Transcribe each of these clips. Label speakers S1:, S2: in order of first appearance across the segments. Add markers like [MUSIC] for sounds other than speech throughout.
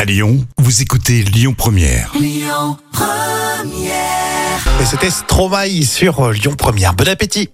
S1: À Lyon, vous écoutez Lyon Première.
S2: Et c'était Stromae sur euh, Lyon Première. Bon appétit.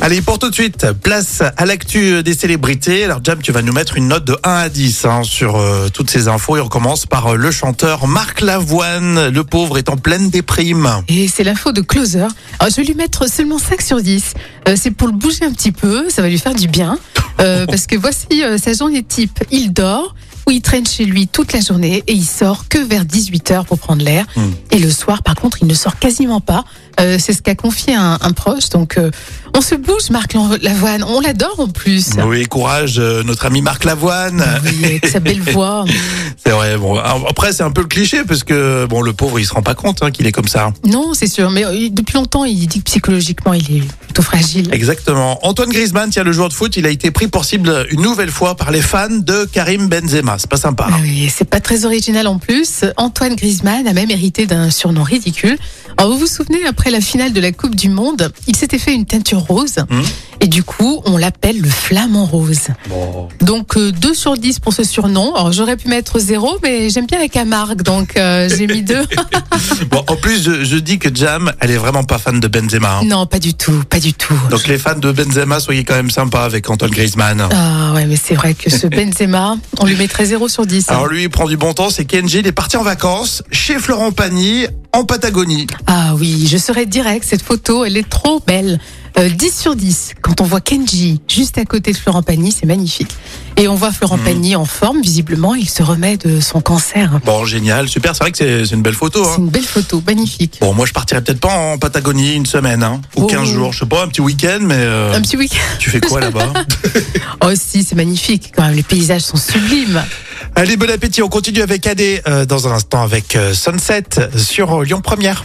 S2: Allez, pour tout de suite, place à l'actu euh, des célébrités. Alors, Jam, tu vas nous mettre une note de 1 à 10 hein, sur euh, toutes ces infos. Et on commence par euh, le chanteur Marc Lavoine. Le pauvre est en pleine déprime.
S3: Et c'est l'info de Closer. Alors, je vais lui mettre seulement 5 sur 10. Euh, c'est pour le bouger un petit peu, ça va lui faire du bien. Euh, parce que voici euh, sa journée type. Il dort ou il traîne chez lui toute la journée et il sort que vers 18h pour prendre l'air.
S2: Mm.
S3: Et le soir, par contre, il ne sort quasiment pas. Euh, c'est ce qu'a confié un, un proche. Donc, euh, on se bouge, Marc Lan- Lavoine. On l'adore en plus. Ah
S2: Oui, courage, euh, notre ami Marc Lavoine.
S3: Oui, avec sa belle voix.
S2: [LAUGHS] C'est vrai. Bon, après, c'est un peu le cliché parce que bon, le pauvre, il se rend pas compte hein, qu'il est comme ça.
S3: Non, c'est sûr. Mais euh, depuis longtemps, il dit que psychologiquement, il est plutôt fragile.
S2: Exactement. Antoine Griezmann, tiens, le joueur de foot, il a été pris pour cible une nouvelle fois par les fans de Karim Benzema. C'est pas sympa. hein.
S3: Ah oui, c'est pas très original en plus. Antoine Griezmann a même hérité d'un surnom ridicule. Alors, vous vous souvenez, après la finale de la Coupe du Monde, il s'était fait une teinture rose.
S2: Mhm.
S3: Et du coup, on l'appelle le flamant rose. Donc, euh, 2 sur 10 pour ce surnom. Alors, j'aurais pu mettre 0, mais j'aime bien la Camargue, donc euh, j'ai
S2: [LAUGHS]
S3: mis 2.
S2: Bon, en plus, je, je dis que Jam, elle est vraiment pas fan de Benzema. hein.
S3: non, pas du tout, pas du tout.
S2: Donc les fans de Benzema, soyez quand même sympas avec Antoine Griezmann.
S3: Ah ouais, mais c'est vrai
S2: [LAUGHS]
S3: que ce Benzema, on lui mettrait 0 sur 10. hein.
S2: Alors lui, il prend du bon temps, c'est Kenji, il est parti en vacances chez Florent Pagny, en Patagonie.
S3: Ah oui, je serai direct, cette photo, elle est trop belle. Euh, 10 sur 10, quand on voit Kenji juste à côté de Florent Pagny, c'est magnifique. Et on voit Florent Pagny en forme, visiblement, il se remet de son cancer.
S2: Bon, génial, super, c'est vrai que c'est c'est une belle photo.
S3: C'est
S2: Hein.
S3: une belle photo, magnifique.
S2: Bon, moi, je partirais peut-être pas en Patagonie une semaine, hein, ou
S3: Oh.
S2: 15 jours, je sais pas, un petit week-end, mais euh,
S3: Un petit week-end.
S2: tu fais quoi là-bas hein.
S3: [LAUGHS] Oh si, c'est magnifique quand même, les paysages sont sublimes.
S2: Allez, bon appétit, on continue avec Adé euh, dans un instant avec euh, Sunset sur euh, Lyon Première.